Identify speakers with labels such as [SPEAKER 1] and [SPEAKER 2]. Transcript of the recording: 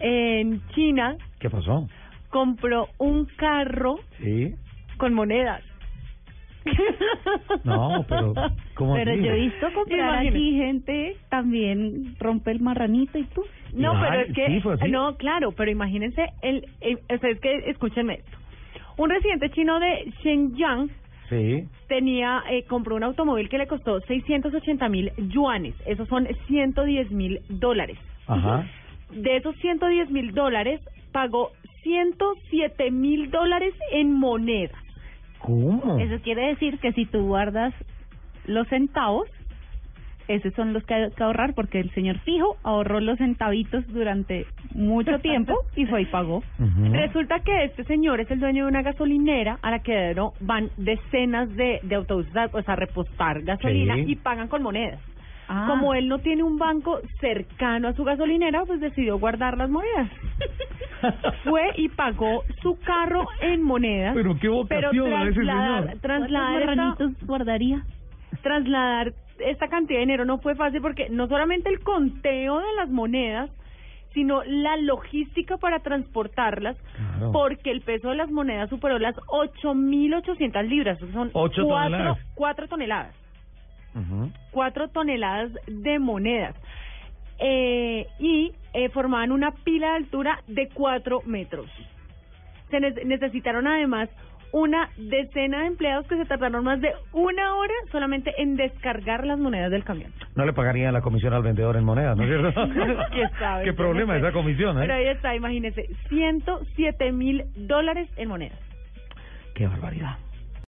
[SPEAKER 1] En China
[SPEAKER 2] ¿Qué pasó?
[SPEAKER 1] compró un carro
[SPEAKER 2] Sí.
[SPEAKER 1] con monedas.
[SPEAKER 2] No, pero, ¿cómo
[SPEAKER 3] Pero
[SPEAKER 2] así?
[SPEAKER 3] yo he visto comprar
[SPEAKER 1] Imagínate.
[SPEAKER 3] aquí gente también rompe el marranito y tú.
[SPEAKER 1] No,
[SPEAKER 2] Ay,
[SPEAKER 1] pero es que
[SPEAKER 2] sí, fue así.
[SPEAKER 1] no, claro, pero imagínense el, el- o sea, es que escúchenme esto. Un residente chino de Shenyang
[SPEAKER 2] Sí.
[SPEAKER 1] tenía eh, compró un automóvil que le costó 680 mil yuanes, esos son 110 mil dólares.
[SPEAKER 2] Ajá.
[SPEAKER 1] De esos 110 mil dólares pagó 107 mil dólares en monedas.
[SPEAKER 2] ¿Cómo?
[SPEAKER 3] Eso quiere decir que si tú guardas los centavos, esos son los que hay que ahorrar porque el señor fijo ahorró los centavitos durante mucho tiempo y fue y pagó.
[SPEAKER 2] Ujú.
[SPEAKER 1] Resulta que este señor es el dueño de una gasolinera a la que de no, van decenas de, de autobuses a, pues, a repostar gasolina
[SPEAKER 2] Sí.
[SPEAKER 1] y pagan con monedas.
[SPEAKER 3] Ah.
[SPEAKER 1] Como él no tiene un banco cercano a su gasolinera, pues decidió guardar las monedas. Fue y pagó su carro en monedas.
[SPEAKER 2] Pero qué vocación
[SPEAKER 1] pero
[SPEAKER 2] a ese
[SPEAKER 1] trasladar,
[SPEAKER 2] señor.
[SPEAKER 3] ¿Cuántos
[SPEAKER 1] trasladar esta-
[SPEAKER 3] marranitos guardaría?
[SPEAKER 1] trasladar esta cantidad de dinero no fue fácil porque no solamente el conteo de las monedas, sino la logística para transportarlas,
[SPEAKER 2] Claro.
[SPEAKER 1] porque el peso de las monedas superó las 8.800 libras, eso son
[SPEAKER 2] Ocho
[SPEAKER 1] cuatro-
[SPEAKER 2] toneladas.
[SPEAKER 1] cuatro toneladas
[SPEAKER 2] Ujú.
[SPEAKER 1] cuatro toneladas de monedas eh, y eh, formaban una pila de altura de cuatro metros. Se ne- necesitaron además una decena de empleados que se tardaron más de una hora solamente en descargar las monedas del camión.
[SPEAKER 2] No le pagaría la comisión al vendedor en monedas, ¿no es cierto?
[SPEAKER 1] ¿Qué sabe?
[SPEAKER 2] ¿Qué problema
[SPEAKER 1] Yo no sé.
[SPEAKER 2] esa comisión,
[SPEAKER 1] Pero
[SPEAKER 2] eh?
[SPEAKER 1] ahí está, imagínese, 107 mil dólares en monedas.
[SPEAKER 2] Qué barbaridad.